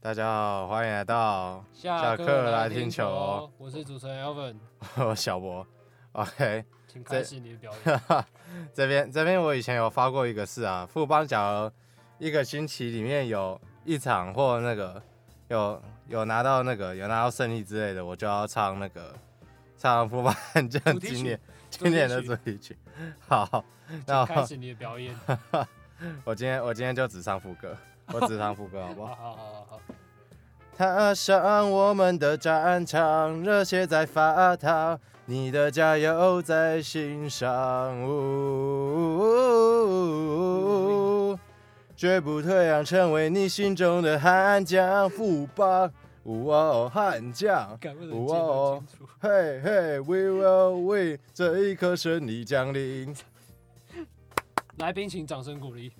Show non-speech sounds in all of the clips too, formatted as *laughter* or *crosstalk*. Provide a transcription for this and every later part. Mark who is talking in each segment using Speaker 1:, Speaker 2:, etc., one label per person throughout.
Speaker 1: 大家好，欢迎来到 *laughs*
Speaker 2: 下
Speaker 1: 课
Speaker 2: 课
Speaker 1: 来
Speaker 2: 来
Speaker 1: 听
Speaker 2: 听
Speaker 1: 球
Speaker 2: 球，我是主持人 Elvin，
Speaker 1: 我小博。OK， *laughs*
Speaker 2: 请开始你的表演。
Speaker 1: 这边这边我以前有发过一个事啊，富邦假如一个星期里面有一场或那个有有拿到那个有拿到胜利之类的，我就要唱那个唱富邦悍将
Speaker 2: 主题曲
Speaker 1: 今年 *laughs* 今年
Speaker 2: 主题
Speaker 1: 的
Speaker 2: 曲
Speaker 1: 主题曲。好，那
Speaker 2: 请开
Speaker 1: 我
Speaker 2: 始你的表演。
Speaker 1: 我今天我今天就只唱副歌，我只唱副歌好不
Speaker 2: 好
Speaker 1: 好？
Speaker 2: 好好好，
Speaker 1: 踏呃上我们的战场，热血在发烫，你的加油在心上。呜绝不退让，成为你心中的悍将，富邦，呜哦，悍将，
Speaker 2: 敢问
Speaker 1: 哇哦
Speaker 2: 清楚？
Speaker 1: 嘿嘿，We will win，这一刻胜利降临。
Speaker 2: 来宾请掌声鼓励，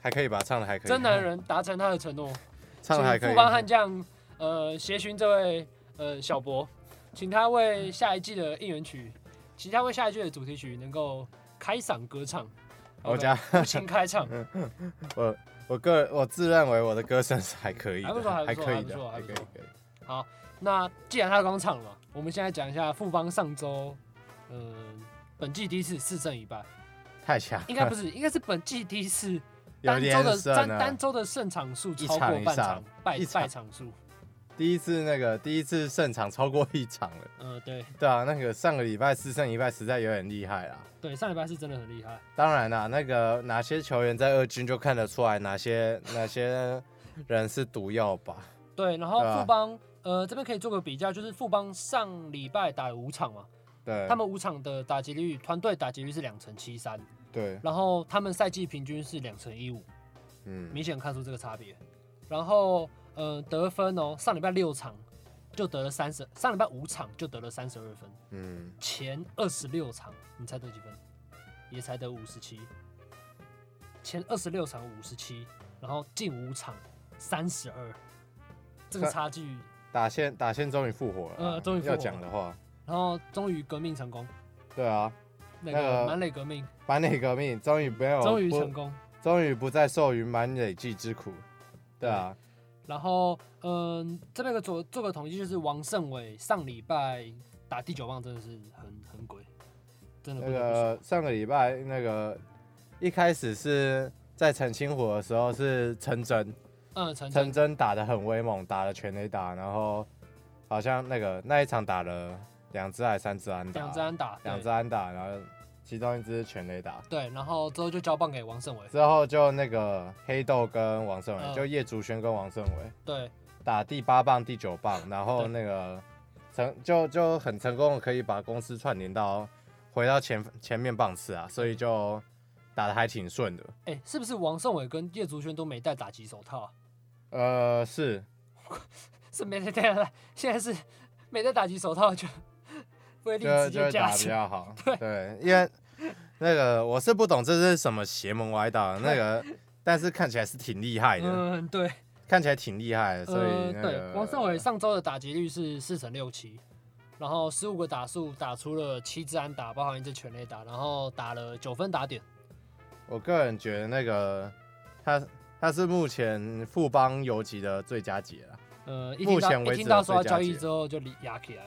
Speaker 1: 还可以吧，唱的还可以，
Speaker 2: 真男人达成他的承诺。
Speaker 1: 唱的还可
Speaker 2: 请
Speaker 1: 以
Speaker 2: *laughs* 富。邦悍将，呃，协寻这位呃小博，请他为下一季的应援曲，请他为下一季的主题曲能够开嗓歌唱。
Speaker 1: 我家
Speaker 2: OK，不行开唱，
Speaker 1: 我我个人我自认为我的歌声是还可以
Speaker 2: 还不
Speaker 1: 的，
Speaker 2: 错还不错
Speaker 1: 可以
Speaker 2: 还不
Speaker 1: 的，
Speaker 2: 错还不
Speaker 1: 可以，
Speaker 2: 错
Speaker 1: 可以。
Speaker 2: 那既然他刚唱了嘛，我们现在讲一下富邦上周，呃，本季第一次四胜一败，
Speaker 1: 太强了，
Speaker 2: 应
Speaker 1: *laughs*
Speaker 2: 该不是，应该是本季第一次
Speaker 1: 有
Speaker 2: 单周
Speaker 1: 点
Speaker 2: 的
Speaker 1: 胜
Speaker 2: 单
Speaker 1: 啊
Speaker 2: 单。周的胜场数
Speaker 1: 一
Speaker 2: 超
Speaker 1: 场
Speaker 2: 过
Speaker 1: 以
Speaker 2: 半
Speaker 1: 上
Speaker 2: 场败
Speaker 1: 一场
Speaker 2: 败场数。
Speaker 1: 第一次那个第一次胜场超过一场了，
Speaker 2: 呃，对
Speaker 1: 对啊，那个上个礼拜四胜一败实在有点厉害啦。啊
Speaker 2: 对，上礼拜是真的很厉害，
Speaker 1: 当然啦，那个哪些球员在二军就看得出来哪
Speaker 2: *laughs*
Speaker 1: 些哪些人是毒药吧。
Speaker 2: 对，然后
Speaker 1: 对啊
Speaker 2: 富邦。呃，这边可以做个比较，就是富邦上礼拜打了五场嘛，
Speaker 1: 对，
Speaker 2: 他们五场的打击率，团队打击率是两成七三，
Speaker 1: 对，
Speaker 2: 然后他们赛季平均是两成一五，
Speaker 1: 嗯，
Speaker 2: 明显看出这个差别。然后，呃，得分哦，上礼拜六场就得了三十，上礼拜五场就得了三十二分，
Speaker 1: 嗯，
Speaker 2: 前二十六场你猜得几分？也才得五十七，前二十六场五十七，然后近五场三十二，这个
Speaker 1: 算
Speaker 2: 差距，
Speaker 1: 打线打线终于复活了啊。
Speaker 2: 呃终于复活
Speaker 1: 要
Speaker 2: 了
Speaker 1: 讲的话，
Speaker 2: 然后终于革命成功，
Speaker 1: 对啊，
Speaker 2: 那
Speaker 1: 那个
Speaker 2: 个满垒革命
Speaker 1: 满垒革命终于没有，
Speaker 2: 终于成
Speaker 1: 不，
Speaker 2: 功。
Speaker 1: 终于不再受于满垒计之苦。对啊，
Speaker 2: 然后，嗯，这边有个做做个统计，就是王胜伟上礼拜打第九棒真的是很很鬼，真的
Speaker 1: 那
Speaker 2: 不得不说。
Speaker 1: 个上个礼拜那个一开始是在澄清湖的时候是陈真，
Speaker 2: 嗯，陈
Speaker 1: 陈
Speaker 2: 真
Speaker 1: 真打得很威猛，打了全垒打，然后好像那个那一场打了两支还是三支安打，
Speaker 2: 两支安打，对
Speaker 1: 两支安打，然后其中一支全垒打，
Speaker 2: 对，然后之后就交棒给王胜伟，
Speaker 1: 之后就那个黑豆跟王胜伟，
Speaker 2: 嗯
Speaker 1: 就叶竹轩跟王胜伟
Speaker 2: 对
Speaker 1: 打第八棒、第九棒，然后
Speaker 2: 对
Speaker 1: 那个成就就很成功，可以把公司串联到回到前前面棒次啊，所以就打得还挺顺的。
Speaker 2: 哎，是不是王胜伟跟叶竹轩都没戴打击手套啊、
Speaker 1: 呃，是
Speaker 2: 是没戴戴戴，现在是没戴打击手套就威力
Speaker 1: 就
Speaker 2: 直
Speaker 1: 就
Speaker 2: 接
Speaker 1: 会
Speaker 2: 加
Speaker 1: 打比
Speaker 2: 起。
Speaker 1: 较好
Speaker 2: *laughs* 。对
Speaker 1: 对，因为那个我是不懂这是什么邪门歪道，那个 *laughs* 但是看起来是挺厉害的，
Speaker 2: 嗯，对，
Speaker 1: 看起来挺厉害的，所以
Speaker 2: 嗯，
Speaker 1: 那
Speaker 2: 对，
Speaker 1: 个
Speaker 2: 王胜伟上周的打击率是四成六七，然后十五个打数打出了七支安打，包含一支全垒打，然后打了九分打点。
Speaker 1: 我个人觉得那个他他是目前富邦游击的最佳解啊了。
Speaker 2: 呃，一
Speaker 1: 目
Speaker 2: 听到
Speaker 1: 前为止
Speaker 2: 一听到
Speaker 1: 的
Speaker 2: 说要
Speaker 1: 最佳
Speaker 2: 交易
Speaker 1: 解
Speaker 2: 之后就离压起来，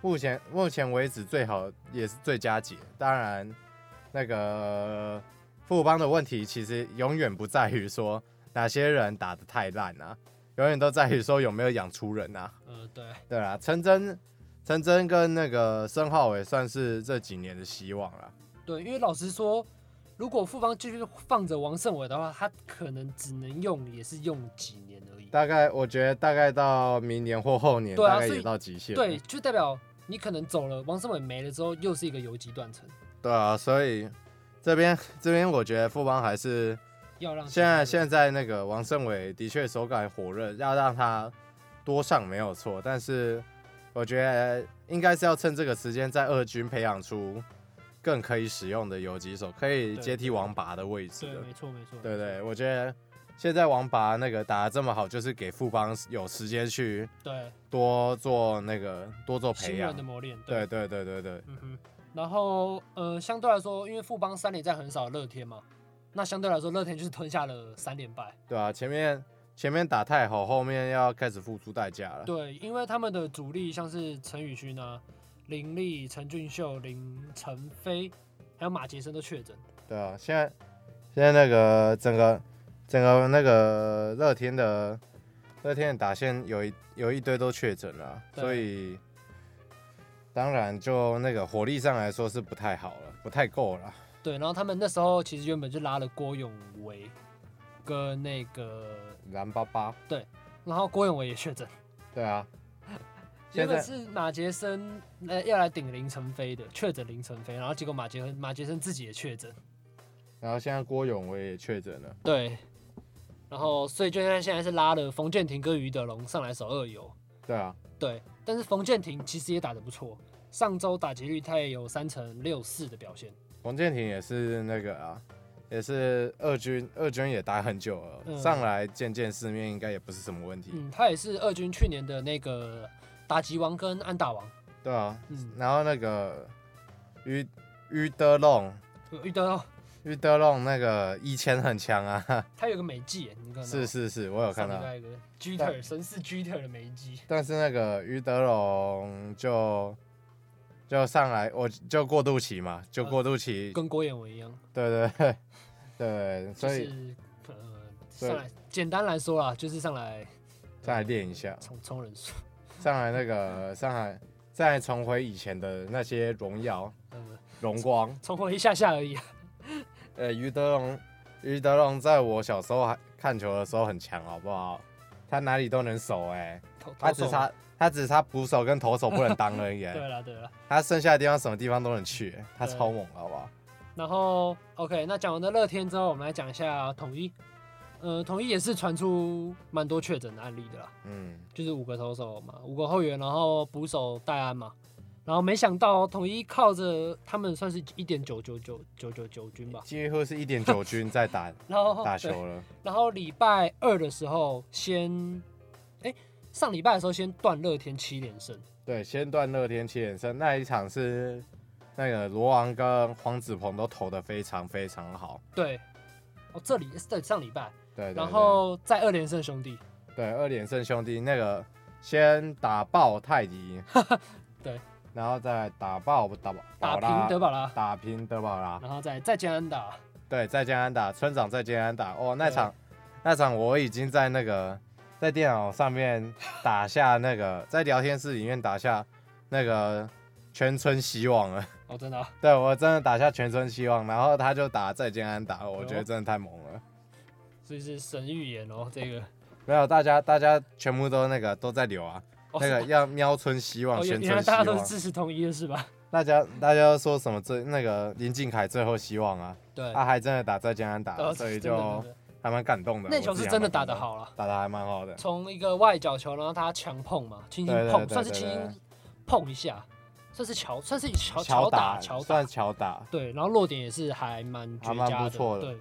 Speaker 1: 目前目前为止最好也是最佳解，当然那个富邦的问题其实永远不在于说哪些人打得太烂啊，永远都在于说有没有养出人啊。
Speaker 2: 呃，对，
Speaker 1: 对啦，陈真、陈真跟那个申浩伟算是这几年的希望啦。
Speaker 2: 对，因为老实说，如果富邦继续放着王胜伟的话，他可能只能用，也是用几年而已。
Speaker 1: 大概我觉得大概到明年或后年，
Speaker 2: 对啊
Speaker 1: 大概
Speaker 2: 所以
Speaker 1: 也到极限了。
Speaker 2: 对，就代表你可能走了，王胜伟没了之后，又是一个游击断层，
Speaker 1: 对啊，所以这边这边我觉得富邦还是
Speaker 2: 要让
Speaker 1: 现在
Speaker 2: 在
Speaker 1: 现在那个王胜伟的确手感火热，要让他多上没有错，但是我觉得应该是要趁这个时间在二军培养出更可以使用的游击手，可以
Speaker 2: 对
Speaker 1: 接替王拔的位置
Speaker 2: 对，
Speaker 1: 的。
Speaker 2: 没错没错，
Speaker 1: 对
Speaker 2: 没
Speaker 1: 对，
Speaker 2: 错
Speaker 1: 我觉得现在王拔那个打的这么好，就是给富邦有时间去
Speaker 2: 对
Speaker 1: 多做那个多做培
Speaker 2: 新人
Speaker 1: 养
Speaker 2: 的。磨练，
Speaker 1: 对对对对对，
Speaker 2: 嗯哼，然后呃，相对来说，因为富邦三连战很少乐天嘛，那相对来说乐天就是吞下了三连败，
Speaker 1: 对啊，前面前面打太好，后面要开始付出代价了。
Speaker 2: 对，因为他们的主力像是陈宇勋啊、林立、陈俊秀、林晨飞，还有马杰森都确诊。
Speaker 1: 对啊，现在现在那个整个整个那个乐天的乐天的打线有一有一堆都确诊了啊，
Speaker 2: 对
Speaker 1: 所以当然就那个火力上来说是不太好了，不太够了。
Speaker 2: 对，然后他们那时候其实原本就拉了郭永维跟那个，
Speaker 1: 蓝巴巴，
Speaker 2: 然后郭永维也确诊。
Speaker 1: 对啊，现
Speaker 2: 原本
Speaker 1: 在
Speaker 2: 是马杰森呃要来顶林晨飞的，确诊林晨飞，然后结果马杰森马杰森自己也确诊，
Speaker 1: 然后现在郭永维也确诊了，
Speaker 2: 对，然后所以就像现在是拉了冯建廷跟于德龙上来守二游，
Speaker 1: 对啊，
Speaker 2: 对，但是冯建廷其实也打得不错，上周打击率他也有三成六四的表现，
Speaker 1: 冯建廷也是那个啊，也是二军，二军也打很久了，
Speaker 2: 嗯
Speaker 1: 上来见见世面应该也不是什么问题，
Speaker 2: 嗯，他也是二军去年的那个打击王跟安打王，
Speaker 1: 对啊。
Speaker 2: 嗯，
Speaker 1: 然后那个于于德龙，
Speaker 2: 于德龙
Speaker 1: 于德龙那个以前很强啊，
Speaker 2: 他有个美技耶，你
Speaker 1: *laughs*
Speaker 2: 看到
Speaker 1: 是是是，我有看到
Speaker 2: 上礼。拜有个 Jeter 神似 Jeter 的美技，
Speaker 1: 但是那个于德龙就就上来，我就过渡期嘛，就过渡期，
Speaker 2: 跟郭彦文一样。
Speaker 1: 对对对对，
Speaker 2: 呃就
Speaker 1: 所以
Speaker 2: 是呃，
Speaker 1: 所以
Speaker 2: 上来简单来说啦，就是上来呃
Speaker 1: 上来练一下。
Speaker 2: 冲冲人数，
Speaker 1: 上来那个上海，再重回以前的那些荣耀、
Speaker 2: 呃，
Speaker 1: 荣
Speaker 2: *laughs*
Speaker 1: 光。
Speaker 2: 冲过一下下而已啊。
Speaker 1: 呃，于德龙，于德龙在我小时候还看球的时候很强，好不好？他哪里都能守、哎，
Speaker 2: 投
Speaker 1: 他只差他只差捕手跟投手不能当而已、
Speaker 2: *laughs* 对
Speaker 1: 哎，
Speaker 2: 了对了，
Speaker 1: 他剩下的地方什么地方都能去、哎他
Speaker 2: 对
Speaker 1: 超猛，好不好？
Speaker 2: 然后 OK，那讲完了乐天之后，我们来讲一下统一。呃，统一也是传出蛮多确诊的案例的啦，
Speaker 1: 嗯，
Speaker 2: 就是五个投手嘛，五个后援，然后捕手戴安嘛，然后没想到统一靠着他们算是一点九九九九九九军吧，
Speaker 1: 几乎是一点九军在打
Speaker 2: *laughs* 然后
Speaker 1: 打
Speaker 2: 对
Speaker 1: 球了，
Speaker 2: 然后礼拜二的时候先，哎、上礼拜的时候先断乐天七连胜，
Speaker 1: 对，先断乐天七连胜那一场是那个罗王跟黄子鹏都投的非常非常好，
Speaker 2: 对，哦，这里对上礼拜，
Speaker 1: 对对对
Speaker 2: 然后再二连胜兄弟，，
Speaker 1: 对，二连胜兄弟那个先打爆泰迪
Speaker 2: *laughs* 对，
Speaker 1: 然后再打爆打
Speaker 2: 打
Speaker 1: 宝
Speaker 2: 平
Speaker 1: 拉，
Speaker 2: 德保拉，
Speaker 1: 打平德保拉，
Speaker 2: 然后再再加安打，
Speaker 1: 对，在江安打，村长在江安打，哦，那
Speaker 2: 对
Speaker 1: 场那场我已经在那个在电脑上面打下那个在聊天室里面打下那个全村希望了， *laughs*
Speaker 2: 哦，真的啊、
Speaker 1: 对我真的打下全村希望，然后他就打在江安打，我觉
Speaker 2: 哦
Speaker 1: 得真的太猛了。
Speaker 2: 所以是神预言哦，这个
Speaker 1: 没有，大家大家全部都那个都在留啊，
Speaker 2: 哦
Speaker 1: 那个
Speaker 2: 是
Speaker 1: 要瞄村希望，
Speaker 2: 哦，
Speaker 1: 先
Speaker 2: 原原
Speaker 1: 村
Speaker 2: 来
Speaker 1: 希
Speaker 2: 大家都
Speaker 1: 望
Speaker 2: 是。支持统一的是吧？
Speaker 1: 大家大家都说什么最那个林敬凯最后希望啊，
Speaker 2: 对，
Speaker 1: 他还真的打在江安打，
Speaker 2: 呃
Speaker 1: 所以
Speaker 2: 是真的
Speaker 1: 就
Speaker 2: 真的
Speaker 1: 还蛮感动的。
Speaker 2: 那
Speaker 1: 我
Speaker 2: 球
Speaker 1: 自己
Speaker 2: 是
Speaker 1: 还
Speaker 2: 真的
Speaker 1: 蛮
Speaker 2: 打
Speaker 1: 感
Speaker 2: 得
Speaker 1: 动，
Speaker 2: 好了，
Speaker 1: 打的还蛮好的。
Speaker 2: 从一个外角球，然后他强碰嘛，轻轻
Speaker 1: 对对
Speaker 2: 碰，
Speaker 1: 对
Speaker 2: 算是
Speaker 1: 对
Speaker 2: 轻
Speaker 1: 对
Speaker 2: 轻碰一下，算是桥，算是桥
Speaker 1: 乔
Speaker 2: 打桥打
Speaker 1: 算，乔打，
Speaker 2: 对，然后落点也是还蛮绝
Speaker 1: 还蛮
Speaker 2: 佳
Speaker 1: 不错的
Speaker 2: 对。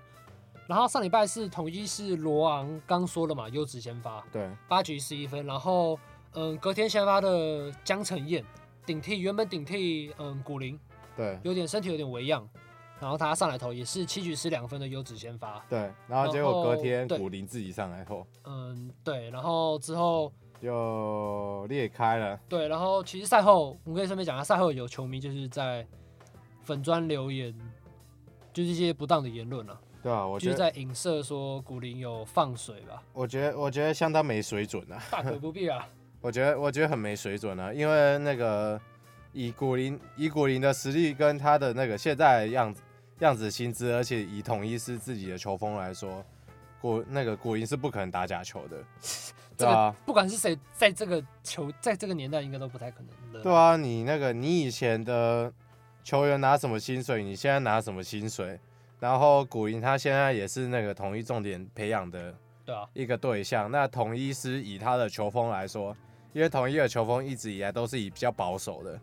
Speaker 2: 然后上礼拜是统一是罗昂刚说了嘛，优质先发
Speaker 1: 对
Speaker 2: 八局十一分，然后嗯隔天先发的江承燕顶替原本顶替嗯古林，
Speaker 1: 对
Speaker 2: 有点身体有点微恙，然后他上来投也是七局十两分的优质先发，
Speaker 1: 对，然后结果隔天
Speaker 2: 然后对
Speaker 1: 古林自己上来后
Speaker 2: 嗯对，然后之后
Speaker 1: 就裂开了，
Speaker 2: 对，然后其实赛后我们可以顺便讲一下，赛后有球迷就是在粉砖留言，就是一些不当的言论啊。
Speaker 1: 对啊，我
Speaker 2: 就
Speaker 1: 觉
Speaker 2: 是
Speaker 1: 得
Speaker 2: 在影射说古林有放水吧，
Speaker 1: 我觉得我觉得相当没水准啊， *laughs*
Speaker 2: 大可不必啊。 *laughs*
Speaker 1: 我觉得我觉得很没水准啊，因为那个以古林以古林的实力跟他的那个现在的样子样子薪资，而且以统一师自己的球风来说，古那个古林是不可能打假球
Speaker 2: *laughs*
Speaker 1: 的，
Speaker 2: 这
Speaker 1: 对啊
Speaker 2: 个。不管是谁，在这个球，在这个年代应该都不太可能的。
Speaker 1: 对啊，你那个你以前的球员拿什么薪水，你现在拿什么薪水？然后古林他现在也是那个统一重点培养的
Speaker 2: 对啊，
Speaker 1: 一个对象。那统一师以他的球风来说，因为统一的球风一直以来都是以比较保守的、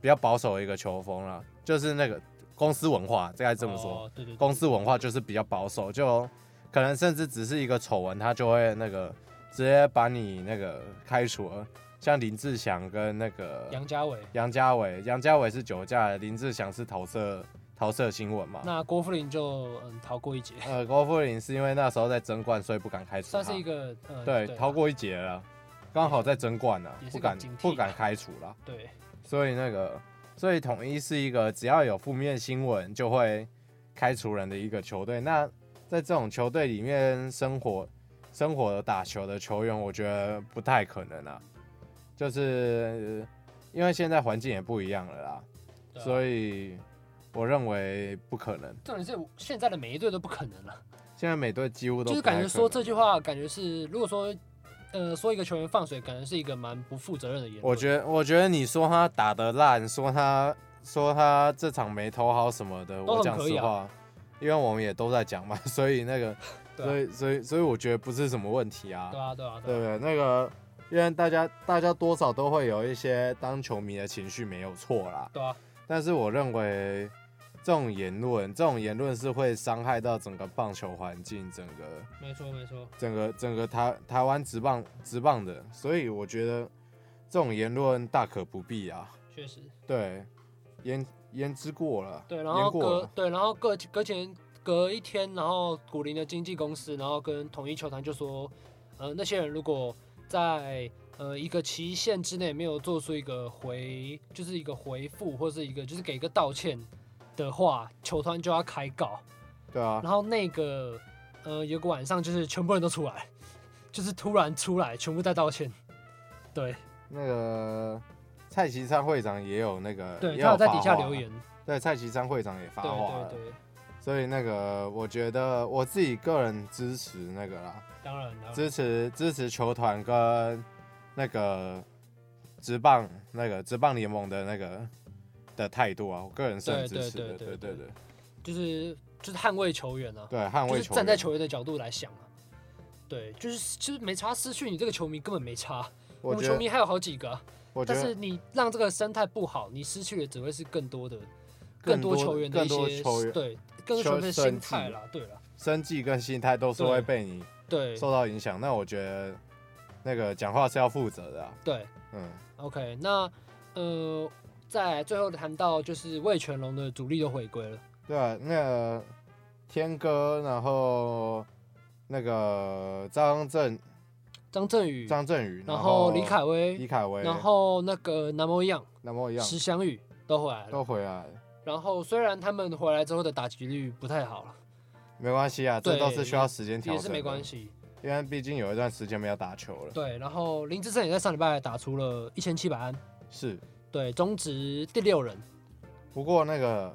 Speaker 1: 比较保守的一个球风啦，就是那个公司文化，这该这么说。
Speaker 2: 哦，对对对，
Speaker 1: 公司文化就是比较保守，就可能甚至只是一个丑闻，他就会那个直接把你那个开除了。像林志祥跟那个
Speaker 2: 杨家伟
Speaker 1: 啊杨家伟，杨家伟是酒驾，林志祥是桃色桃色新闻嘛。
Speaker 2: 那郭富林就嗯逃过一劫，
Speaker 1: 呃，郭富林是因为那时候在争冠，所以不敢开除他，
Speaker 2: 算是一个呃
Speaker 1: 对
Speaker 2: 对
Speaker 1: 逃
Speaker 2: 啦
Speaker 1: 过一劫了，刚好在争冠呢、啊
Speaker 2: 也是
Speaker 1: 不
Speaker 2: 个
Speaker 1: 敢
Speaker 2: 警惕
Speaker 1: 不敢开除了。
Speaker 2: 对
Speaker 1: 所以那个，所以统一是一个只要有负面新闻就会开除人的一个球队。那在这种球队里面生活、生活打球的球员，我觉得不太可能啊。就是因为现在环境也不一样了啦，
Speaker 2: 对啊
Speaker 1: 所以我认为不可能。
Speaker 2: 重点是现在的每一队都不可能了，
Speaker 1: 现在每队几乎都
Speaker 2: 就是
Speaker 1: 不太
Speaker 2: 感觉
Speaker 1: 可
Speaker 2: 说
Speaker 1: 能
Speaker 2: 这句话，感觉是如果说呃说一个球员放水，感觉是一个蛮不负责任的言论。
Speaker 1: 我
Speaker 2: 得
Speaker 1: 觉得，我觉得你说他打得烂，说他说他这场没投好什么的，
Speaker 2: 都很
Speaker 1: 我讲
Speaker 2: 可以
Speaker 1: 实
Speaker 2: 啊
Speaker 1: 话，因为我们也都在讲嘛， *laughs* 所以那个，
Speaker 2: 对啊
Speaker 1: 所以所以所以我觉得不是什么问题啊
Speaker 2: 对，啊对啊
Speaker 1: 对不
Speaker 2: 对
Speaker 1: 对？
Speaker 2: 啊
Speaker 1: 那个，因为大家大家多少都会有一些当球迷的情绪，没有错啦。
Speaker 2: 对啊，
Speaker 1: 但是我认为这种言论，这种言论是会伤害到整个棒球环境，整个
Speaker 2: 没错没错，
Speaker 1: 整个整个台台湾职棒职棒的，所以我觉得这种言论大可不必啊。
Speaker 2: 确实
Speaker 1: 对，言言之过了，
Speaker 2: 对，然
Speaker 1: 言
Speaker 2: 后
Speaker 1: 过
Speaker 2: 隔
Speaker 1: 了，
Speaker 2: 对，然后隔隔前隔一天，然后古林的经纪公司，然后跟统一球团就说，呃，那些人如果在呃一个期限之内没有做出一个回，就是一个回复或是一个就是给一个道歉的话，球团就要开告。
Speaker 1: 对啊，
Speaker 2: 然后那个呃有个晚上就是全部人都出来，就是突然出来，全部在道歉。对
Speaker 1: 那个蔡其昌会长也有那个，
Speaker 2: 对，
Speaker 1: 也
Speaker 2: 他有在
Speaker 1: 呃发
Speaker 2: 底下
Speaker 1: 话
Speaker 2: 留言，
Speaker 1: 对，蔡其昌会长也发
Speaker 2: 对
Speaker 1: 话了，
Speaker 2: 对对，
Speaker 1: 所以那个我觉得我自己个人支持那个啦，
Speaker 2: 当然当然，
Speaker 1: 支持支持球团跟那个职棒那个职棒联盟的那个的态度啊，我个人是很
Speaker 2: 对
Speaker 1: 支持
Speaker 2: 对
Speaker 1: 的，
Speaker 2: 对
Speaker 1: 对
Speaker 2: 对
Speaker 1: 对
Speaker 2: 对
Speaker 1: 对
Speaker 2: 就是就是捍卫球员啊。
Speaker 1: 对，捍
Speaker 2: 就
Speaker 1: 卫
Speaker 2: 是
Speaker 1: 球
Speaker 2: 站在
Speaker 1: 员，
Speaker 2: 球员的角度来想啊，对，就是就是没差，失去你这个球迷根本没差。我
Speaker 1: 我
Speaker 2: 们
Speaker 1: 觉
Speaker 2: 球
Speaker 1: 得
Speaker 2: 迷还有好几个啊，
Speaker 1: 我觉
Speaker 2: 但是
Speaker 1: 得
Speaker 2: 你让这个生态不好，你失去的只会是更多的、
Speaker 1: 更
Speaker 2: 多
Speaker 1: 多
Speaker 2: 球员的一
Speaker 1: 更多
Speaker 2: 些
Speaker 1: 球员
Speaker 2: 对，更多球员的
Speaker 1: 生
Speaker 2: 心态
Speaker 1: 计
Speaker 2: 啦，对啦，
Speaker 1: 生计跟心态都是会
Speaker 2: 对
Speaker 1: 被你
Speaker 2: 对
Speaker 1: 受到影响，那我觉得那个讲话是要负责的啊、
Speaker 2: 对
Speaker 1: 嗯，
Speaker 2: ，OK，那呃，在最后谈到就是魏全龙的主力都回归了，
Speaker 1: 对啊，那个天哥，然后那个张振
Speaker 2: 张振宇，
Speaker 1: 张振宇，
Speaker 2: 嗯然
Speaker 1: 后
Speaker 2: 后李凯
Speaker 1: 李
Speaker 2: 威，
Speaker 1: 凯威，
Speaker 2: 然后那个南模一样，
Speaker 1: 那么一样
Speaker 2: 石祥宇都回来了。
Speaker 1: 都回来了，
Speaker 2: 然后虽然他们回来之后的打击率不太好了。
Speaker 1: 没关系啊，这
Speaker 2: 对
Speaker 1: 都是需要时间调
Speaker 2: 也
Speaker 1: 整，
Speaker 2: 是没关，系。
Speaker 1: 因为毕竟有一段时间没有打球了，
Speaker 2: 对，然后林志胜也在上礼拜打出了一千七百安，
Speaker 1: 是。
Speaker 2: 对，中职第六人，
Speaker 1: 不过那个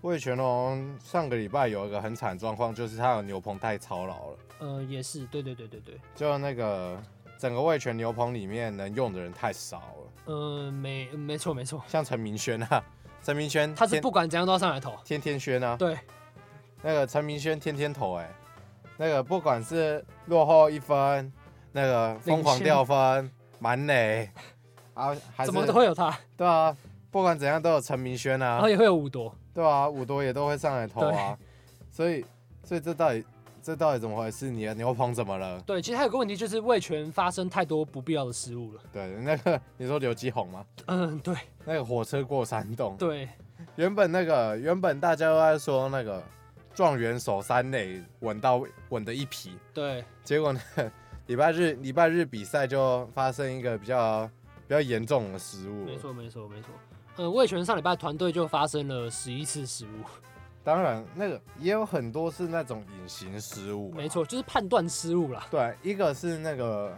Speaker 1: 魏全龙上个礼拜有一个很惨的状况，就是他有牛棚太操劳了，
Speaker 2: 呃，也是，对对对对对，
Speaker 1: 就那个整个魏全牛棚里面能用的人太少了。
Speaker 2: 嗯、没没错没错，
Speaker 1: 像陈明轩啊， *laughs* 陈明轩
Speaker 2: 他是
Speaker 1: 天
Speaker 2: 不管怎样都要上来投，
Speaker 1: 天天轩啊，
Speaker 2: 对
Speaker 1: 那个陈明轩天天投哎、那个不管是落后一分，那个疯狂掉分、满垒啊，还是
Speaker 2: 怎么都会有他，
Speaker 1: 对啊，不管怎样都有陈明轩
Speaker 2: 然
Speaker 1: 啊
Speaker 2: 后，也会哦有五夺，
Speaker 1: 对啊，五多也都会上来投啊，所以所以这到底这到底怎么回事？你的牛棚怎么了？
Speaker 2: 对，其实还有个问题就是魏权发生太多不必要的失误了，
Speaker 1: 对，那个你说刘基宏吗？
Speaker 2: 嗯，对
Speaker 1: 那个火车过山洞，
Speaker 2: 对
Speaker 1: 原本那个原本大家都在说那个状元手三垒稳到稳的一匹，
Speaker 2: 对
Speaker 1: 结果呢礼拜日礼拜日比赛就发生一个比较比较严重的失误
Speaker 2: 没
Speaker 1: 了。
Speaker 2: 错没错没错，呃，魏权上礼拜团队就发生了十一次失误，
Speaker 1: 当然，那个也有很多是那种隐形失误。啊
Speaker 2: 没，错，就是判断失误啦，
Speaker 1: 对，一个是那个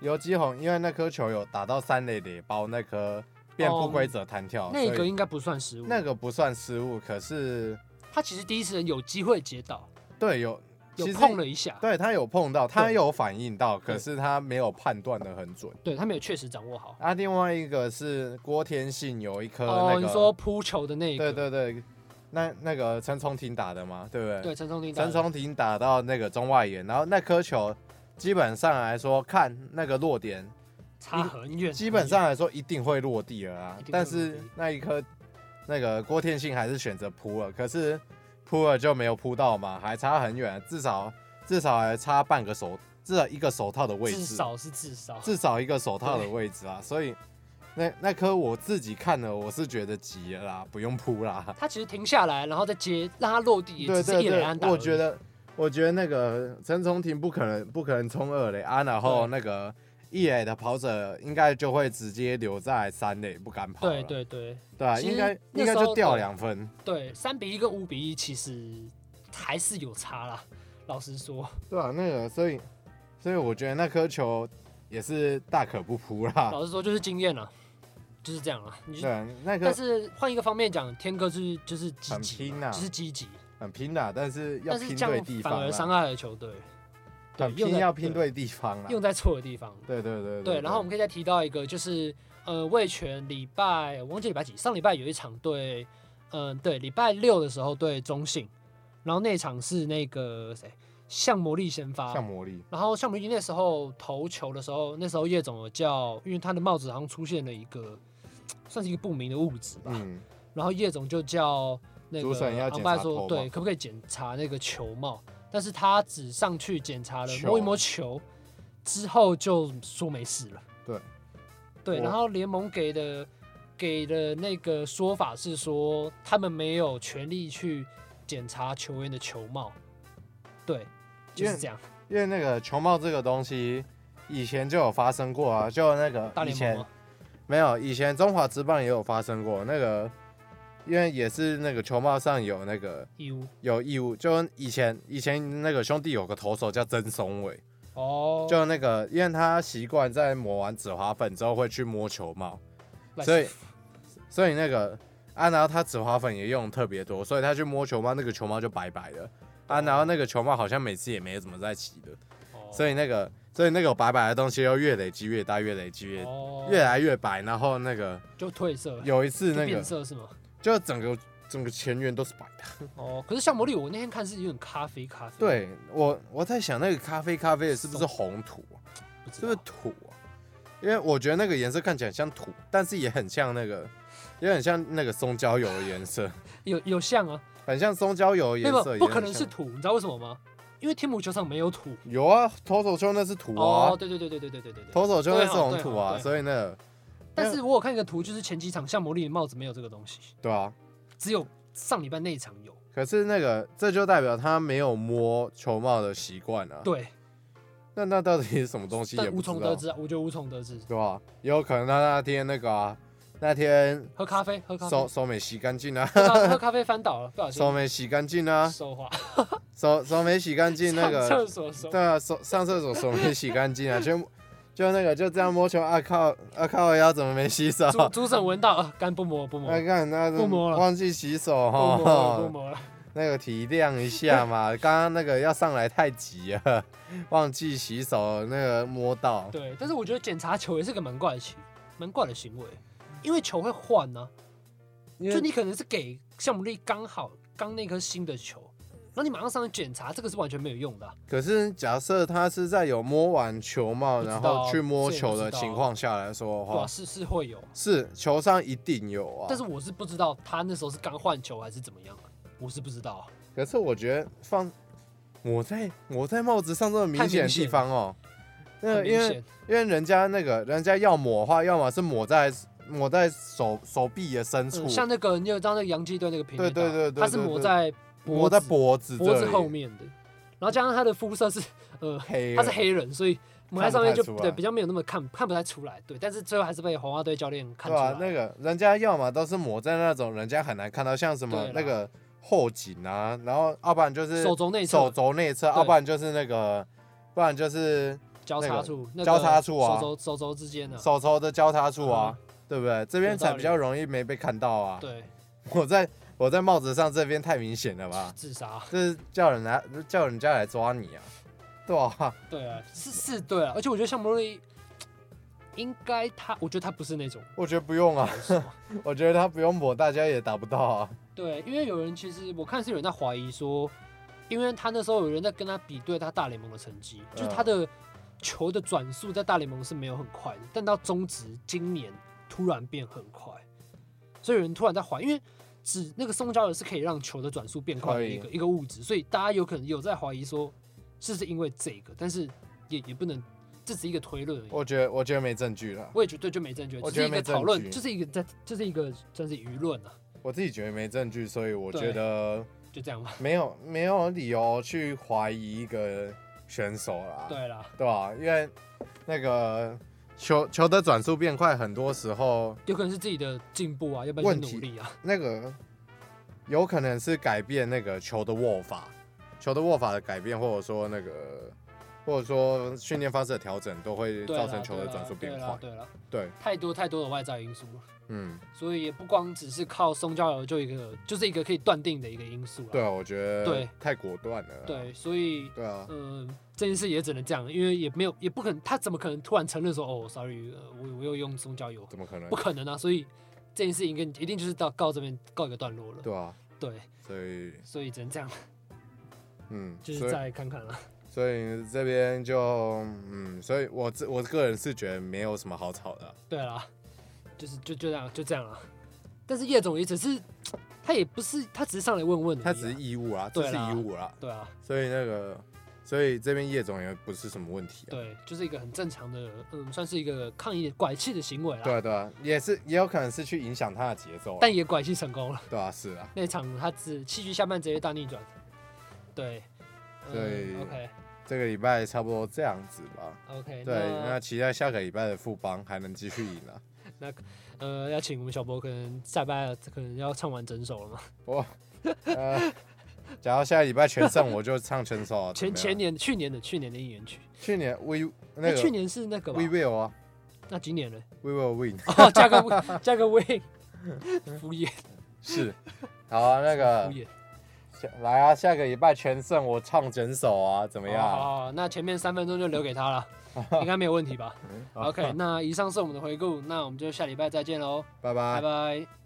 Speaker 1: 游击红，因为那颗球有打到三垒垒包那颗变不规则弹跳，
Speaker 2: 哦那
Speaker 1: 哦所
Speaker 2: 个
Speaker 1: 以
Speaker 2: 应该不算失误，
Speaker 1: 那个不算失误，可是
Speaker 2: 他其实第一时间有机会截倒，
Speaker 1: 对有
Speaker 2: 有
Speaker 1: 其实
Speaker 2: 碰了一下。
Speaker 1: 对他有碰到，他
Speaker 2: 对
Speaker 1: 有反应到，
Speaker 2: 对
Speaker 1: 可是他没有判断的很准。
Speaker 2: 对他们有确实掌握好。
Speaker 1: 啊，另外一个是郭天信有一颗
Speaker 2: 哦，
Speaker 1: 呃那个，
Speaker 2: 你说扑球的那一个，
Speaker 1: 对对对，那那个陈崇廷打的嘛，对不对？
Speaker 2: 对，陈松林打的，
Speaker 1: 陈崇廷打到那个中外野，然后那颗球基本上来说，看那个落点，
Speaker 2: 差很远，
Speaker 1: 基本上来说一定会落地了啊
Speaker 2: 一定会。
Speaker 1: 但是
Speaker 2: 落地
Speaker 1: 那一颗那个郭天信还是选择扑了，可是扑了就没有扑到嘛，还差很远，至少至少还差半个手，至少一个手套的位置，
Speaker 2: 至少是至少，
Speaker 1: 至少一个手套的位置啊，所以那那颗我自己看了，我是觉得急了啦，不用扑啦。
Speaker 2: 他其实停下来，然后再接，让他落地，也
Speaker 1: 对
Speaker 2: 只是
Speaker 1: 对
Speaker 2: 一垒
Speaker 1: 对
Speaker 2: 安打，而已。
Speaker 1: 我觉得我觉得那个陈重庭不可能不可能冲二垒啊，然后那个一垒的跑者应该就会直接留在三垒不敢跑了。
Speaker 2: 对对对
Speaker 1: 对啊，
Speaker 2: 其实
Speaker 1: 应该
Speaker 2: 那
Speaker 1: 应该
Speaker 2: 时
Speaker 1: 就
Speaker 2: 候
Speaker 1: 掉
Speaker 2: 对
Speaker 1: 两分。
Speaker 2: 对，三比一跟五比一其实还是有差啦。老实说，
Speaker 1: 对啊，那个所以所以我觉得那颗球也是大可不扑啦。
Speaker 2: 老实说就是经验了，就是这样了。你就
Speaker 1: 对，啊那
Speaker 2: 但
Speaker 1: 个
Speaker 2: 是换一个方面讲，天哥是就是积
Speaker 1: 很
Speaker 2: 极
Speaker 1: 拼
Speaker 2: 嘛，
Speaker 1: 啊
Speaker 2: 就是积极，
Speaker 1: 很拼啦，但是要
Speaker 2: 但是
Speaker 1: 拼
Speaker 2: 这
Speaker 1: 对
Speaker 2: 样
Speaker 1: 地
Speaker 2: 反
Speaker 1: 方啊
Speaker 2: 而伤
Speaker 1: 啦，
Speaker 2: 害了球队。对
Speaker 1: 很，
Speaker 2: 用
Speaker 1: 拼
Speaker 2: 在
Speaker 1: 要拼，对地方啦。
Speaker 2: 用在错的地方。
Speaker 1: 对对对
Speaker 2: 对，然后我们可以再提到一个，就是呃，魏权礼拜我忘记礼拜几，上礼拜有一场对，嗯、对，礼拜六的时候对中信，然后那场是那个谁，向魔力先发，
Speaker 1: 像魔力，
Speaker 2: 然后向魔力那时候投球的时候，那时候叶总有叫，因为他的帽子好像出现了一个，算是一个不明的物质吧，
Speaker 1: 嗯，
Speaker 2: 然后叶总就叫那
Speaker 1: 主审
Speaker 2: 个
Speaker 1: 要
Speaker 2: 阿
Speaker 1: 检
Speaker 2: 拜
Speaker 1: 查
Speaker 2: 说，
Speaker 1: 头
Speaker 2: 对，
Speaker 1: 嘛
Speaker 2: 可不可以检查那个球帽？但是他只上去检查了
Speaker 1: 球
Speaker 2: 摸一摸球，之后就说没事了。
Speaker 1: 对，
Speaker 2: 对，
Speaker 1: 我
Speaker 2: 然后联盟给的给的那个说法是说，他们没有权利去检查球员的球帽。对，就
Speaker 1: 因
Speaker 2: 是
Speaker 1: 为
Speaker 2: 这样。
Speaker 1: 因为那个球帽这个东西以前就有发生过啊，就那个
Speaker 2: 大
Speaker 1: 以
Speaker 2: 联盟
Speaker 1: 前
Speaker 2: 吗
Speaker 1: 没有，以前中华职棒也有发生过那个，因为也是那个球帽上有那个
Speaker 2: 义乌
Speaker 1: 有义务，就以前以前那个兄弟有个投手叫曾松伟，
Speaker 2: 哦，
Speaker 1: 就那个因为他习惯在抹完紫花粉之后会去摸球帽，
Speaker 2: 来
Speaker 1: 所以所以那个啊，然后他紫花粉也用特别多，所以他去摸球帽，那个球帽就白白的啊，然后那个球帽好像每次也没怎么在骑的。
Speaker 2: 哦
Speaker 1: 所以那个，所以那个白白的东西又越累积越大，越累积越、
Speaker 2: 哦
Speaker 1: 越来越白。然后那个
Speaker 2: 就褪色了，
Speaker 1: 有一次
Speaker 2: 就
Speaker 1: 那
Speaker 2: 变
Speaker 1: 个，
Speaker 2: 色是吗？
Speaker 1: 就整个整个前缘都是白的。
Speaker 2: 哦，可是像魔力，我那天看是有点咖啡咖啡，，
Speaker 1: 对我我在想那个咖啡咖啡的是不是红土啊、
Speaker 2: 不知
Speaker 1: 是不是
Speaker 2: 道
Speaker 1: 土啊？因为我觉得那个颜色看起来很像土，但是也很像那个，也很像那个松焦油的颜色，
Speaker 2: 有有像啊，
Speaker 1: 很像松焦油的
Speaker 2: 没
Speaker 1: 颜
Speaker 2: 有
Speaker 1: 色。
Speaker 2: 不
Speaker 1: 也
Speaker 2: 可
Speaker 1: 很
Speaker 2: 能
Speaker 1: 像
Speaker 2: 是土，你知道为什么吗？因为天母球场没有土。
Speaker 1: 有啊，投手球那是土啊，
Speaker 2: 哦，对对对对对对对对对。
Speaker 1: 投手球那
Speaker 2: 对
Speaker 1: 是
Speaker 2: 哦
Speaker 1: 红
Speaker 2: 对
Speaker 1: 土
Speaker 2: 哦
Speaker 1: 啊，
Speaker 2: 对哦
Speaker 1: 所以那个
Speaker 2: 但是我有看一个图，就是前几场像魔力的帽子没有这个东西，
Speaker 1: 对啊，
Speaker 2: 只有上礼拜那一场有。
Speaker 1: 可是那个，这就代表他没有摸球帽的习惯啊。，
Speaker 2: 对，
Speaker 1: 那那到底是什么东西也
Speaker 2: 但
Speaker 1: 不
Speaker 2: 无
Speaker 1: 知
Speaker 2: 从
Speaker 1: 道
Speaker 2: 得，知啊，我觉得无从得知。
Speaker 1: 对吧、也有可能他那天那个啊，那天
Speaker 2: 喝咖啡，喝咖啡
Speaker 1: 手，手没洗干净啊，
Speaker 2: 喝咖喝咖啡翻倒了，不小心
Speaker 1: 手没洗干净啊，
Speaker 2: 手滑，
Speaker 1: 手手没洗干净那
Speaker 2: 上
Speaker 1: 个，
Speaker 2: 厕所手
Speaker 1: 对啊，手上厕所手没洗干净啊，全部就那个就这样摸球啊靠啊靠腰怎么没洗手？
Speaker 2: 主主审闻到，啊，干不摸不摸
Speaker 1: 那看那
Speaker 2: 不摸了
Speaker 1: 忘记洗手
Speaker 2: 不摸了
Speaker 1: 哦
Speaker 2: 不，摸了。
Speaker 1: 那个体谅一下嘛，刚刚那个要上来太急了，忘记洗手，那个摸到。
Speaker 2: 对，但是我觉得检查球也是个蛮怪的行，蛮怪的行为，因为球会换呢、
Speaker 1: 因
Speaker 2: 就你可能是给项目力刚好刚那颗新的球，然后你马上上去检查，这个是完全没有用的啊、
Speaker 1: 可是假设他是在有摸完球帽，
Speaker 2: 不知道
Speaker 1: 然后去摸球
Speaker 2: 这也
Speaker 1: 的
Speaker 2: 不知道啊
Speaker 1: 情况下来说的
Speaker 2: 对啊，
Speaker 1: 话，
Speaker 2: 是是会有，
Speaker 1: 是球上一定有啊。
Speaker 2: 但是我是不知道他那时候是刚换球还是怎么样啊，我是不知道啊，
Speaker 1: 可是我觉得放抹在抹在帽子上这么明显的地方哦，那
Speaker 2: 很
Speaker 1: 个
Speaker 2: 明
Speaker 1: 因为
Speaker 2: 显，
Speaker 1: 因为人家那个人家要抹的话，要么是抹在抹在手手臂的深处
Speaker 2: 嗯，像那个你有知道那个洋基队那个平
Speaker 1: 对
Speaker 2: 面
Speaker 1: 对对对
Speaker 2: 他是
Speaker 1: 对
Speaker 2: 抹
Speaker 1: 对
Speaker 2: 在
Speaker 1: 抹在
Speaker 2: 子
Speaker 1: 脖子
Speaker 2: 脖子
Speaker 1: 这里
Speaker 2: 后面的，然后加上他的肤色是呃
Speaker 1: 黑了，
Speaker 2: 他是黑人，所以抹在上面就
Speaker 1: 看不太出来
Speaker 2: 对比较没有那么看看不太出来，对，但是最后还是被红袜队教练看
Speaker 1: 对
Speaker 2: 出来
Speaker 1: 吧、
Speaker 2: 了。
Speaker 1: 那个人家要么都是抹在那种人家很难看到，像什么
Speaker 2: 对啦
Speaker 1: 那个后颈啊，然后要不然就是
Speaker 2: 手肘内
Speaker 1: 手
Speaker 2: 侧
Speaker 1: 肘内侧，
Speaker 2: 对
Speaker 1: 要不然就是那个，不然就是
Speaker 2: 交叉处，那个
Speaker 1: 交叉处啊
Speaker 2: 手肘手肘之间的、
Speaker 1: 手肘的交叉处啊，对不对？这边
Speaker 2: 嗯有道理
Speaker 1: 才比较容易没被看到啊。
Speaker 2: 对，
Speaker 1: *laughs* 我在我在帽子上这边太明显了吧？
Speaker 2: 自杀，
Speaker 1: 这是叫人来叫人家来抓你啊，对啊，
Speaker 2: 对啊，是是，对啊，而且我觉得像莫瑞，应该他，我觉得他不是那种，
Speaker 1: 我觉得不用啊，
Speaker 2: 老实说
Speaker 1: *laughs* 我觉得他不用抹，大家也打不到啊。
Speaker 2: 对，因为有人其实我看是有人在怀疑说，因为他那时候有人在跟他比对他大联盟的成绩，就是他
Speaker 1: 嗯
Speaker 2: 的球的转速在大联盟是没有很快的，但到中职今年突然变很快，所以有人突然在怀疑，因为只那个松胶人是可以让球的转速变快的一个一个物质，所以大家有可能有在怀疑说，是不是因为这个，但是也也不能这只是一个推论而已。
Speaker 1: 我觉得我觉得没证据了，
Speaker 2: 我也觉得就没证据，
Speaker 1: 我
Speaker 2: 这
Speaker 1: 觉
Speaker 2: 是
Speaker 1: 得
Speaker 2: 一个
Speaker 1: 没
Speaker 2: 讨
Speaker 1: 证
Speaker 2: 论，
Speaker 1: 据
Speaker 2: 就是一个在，就是一个算是舆论啊，
Speaker 1: 我自己觉得没证据，所以我
Speaker 2: 对
Speaker 1: 觉得
Speaker 2: 就这样吧。
Speaker 1: 没有没有理由去怀疑一个选手啦，
Speaker 2: 对啦，
Speaker 1: 对吧、因为那个球球的转速变快，很多时候
Speaker 2: 有可能是自己的进步啊，要不然就
Speaker 1: 问
Speaker 2: 是
Speaker 1: 题
Speaker 2: 努力啊。
Speaker 1: 那个有可能是改变那个球的握法，球的握法的改变，或者说那个或者说训练方式的调整，都会
Speaker 2: 对啦
Speaker 1: 造成球的
Speaker 2: 对啦
Speaker 1: 转速变
Speaker 2: 对啦
Speaker 1: 快。
Speaker 2: 对了，
Speaker 1: 对，
Speaker 2: 太多太多的外在因素了，
Speaker 1: 嗯，
Speaker 2: 所以也不光只是靠松胶油就一个，就是一个可以断定的一个因素了。
Speaker 1: 对啊，我觉
Speaker 2: 对
Speaker 1: 得太果断了啦。
Speaker 2: 对，所以
Speaker 1: 对啊，
Speaker 2: 嗯、这件事也只能这样，因为也没有，也不可能，他怎么可能突然承认说，哦，sorry，、呃、我我又用松胶油，
Speaker 1: 怎么可能
Speaker 2: 不？可能啊，所以这件事应该一定就是到告这边告一个段落了。
Speaker 1: 对啊，
Speaker 2: 对，
Speaker 1: 所以
Speaker 2: 所以只能这样，
Speaker 1: 嗯，
Speaker 2: 就是
Speaker 1: 所以
Speaker 2: 再看看了。
Speaker 1: 所以这边就嗯，所以我自我个人是觉得没有什么好吵的啊。
Speaker 2: 对啦，就是就就这样就这样了。啊但是叶总也只是，他也不是，他只是上来问问而已啊、
Speaker 1: 他只是义务啊，这
Speaker 2: 对
Speaker 1: 是
Speaker 2: 啦
Speaker 1: 义务啦，
Speaker 2: 对啊，
Speaker 1: 所以那个，所以这边叶总也不是什么问题啊。
Speaker 2: 对，就是一个很正常的，嗯，算是一个抗议拐气的行为啦。
Speaker 1: 对啊对啊，也是也有可能是去影响他的节奏啊，
Speaker 2: 但也拐气成功了。
Speaker 1: 对啊是啊，
Speaker 2: 那场他只弃剧下半直接大逆转。对，
Speaker 1: 对
Speaker 2: 嗯，OK
Speaker 1: 这个礼拜差不多这样子吧。
Speaker 2: OK，
Speaker 1: 对，那
Speaker 2: 哎那
Speaker 1: 期待下个礼拜的副帮还能继续赢啊！
Speaker 2: 呃，要请我们小波可能下班可能要唱完整首了嘛？
Speaker 1: 呃，假如下个礼拜全胜，我就唱全首啊。怎么
Speaker 2: 前
Speaker 1: 样
Speaker 2: 前年、去年的去年的应援曲，
Speaker 1: 去年 We 那
Speaker 2: 那
Speaker 1: 个
Speaker 2: 哎去年是那个吧
Speaker 1: We？Will 啊
Speaker 2: 那今年呢？
Speaker 1: ，We Will Win
Speaker 2: 哦，加个加个 win，敷衍
Speaker 1: 是。好啊，那个
Speaker 2: 敷 *laughs* 衍。
Speaker 1: 下来啊，下个礼拜全胜，我唱整首啊，怎么
Speaker 2: 哦好好
Speaker 1: 样？
Speaker 2: 好，那前面三分钟就留给他了，应该没有问题吧？OK，那以上是我们的回顾，那我们就下礼拜再见喽，
Speaker 1: *laughs* 拜拜
Speaker 2: 拜。拜。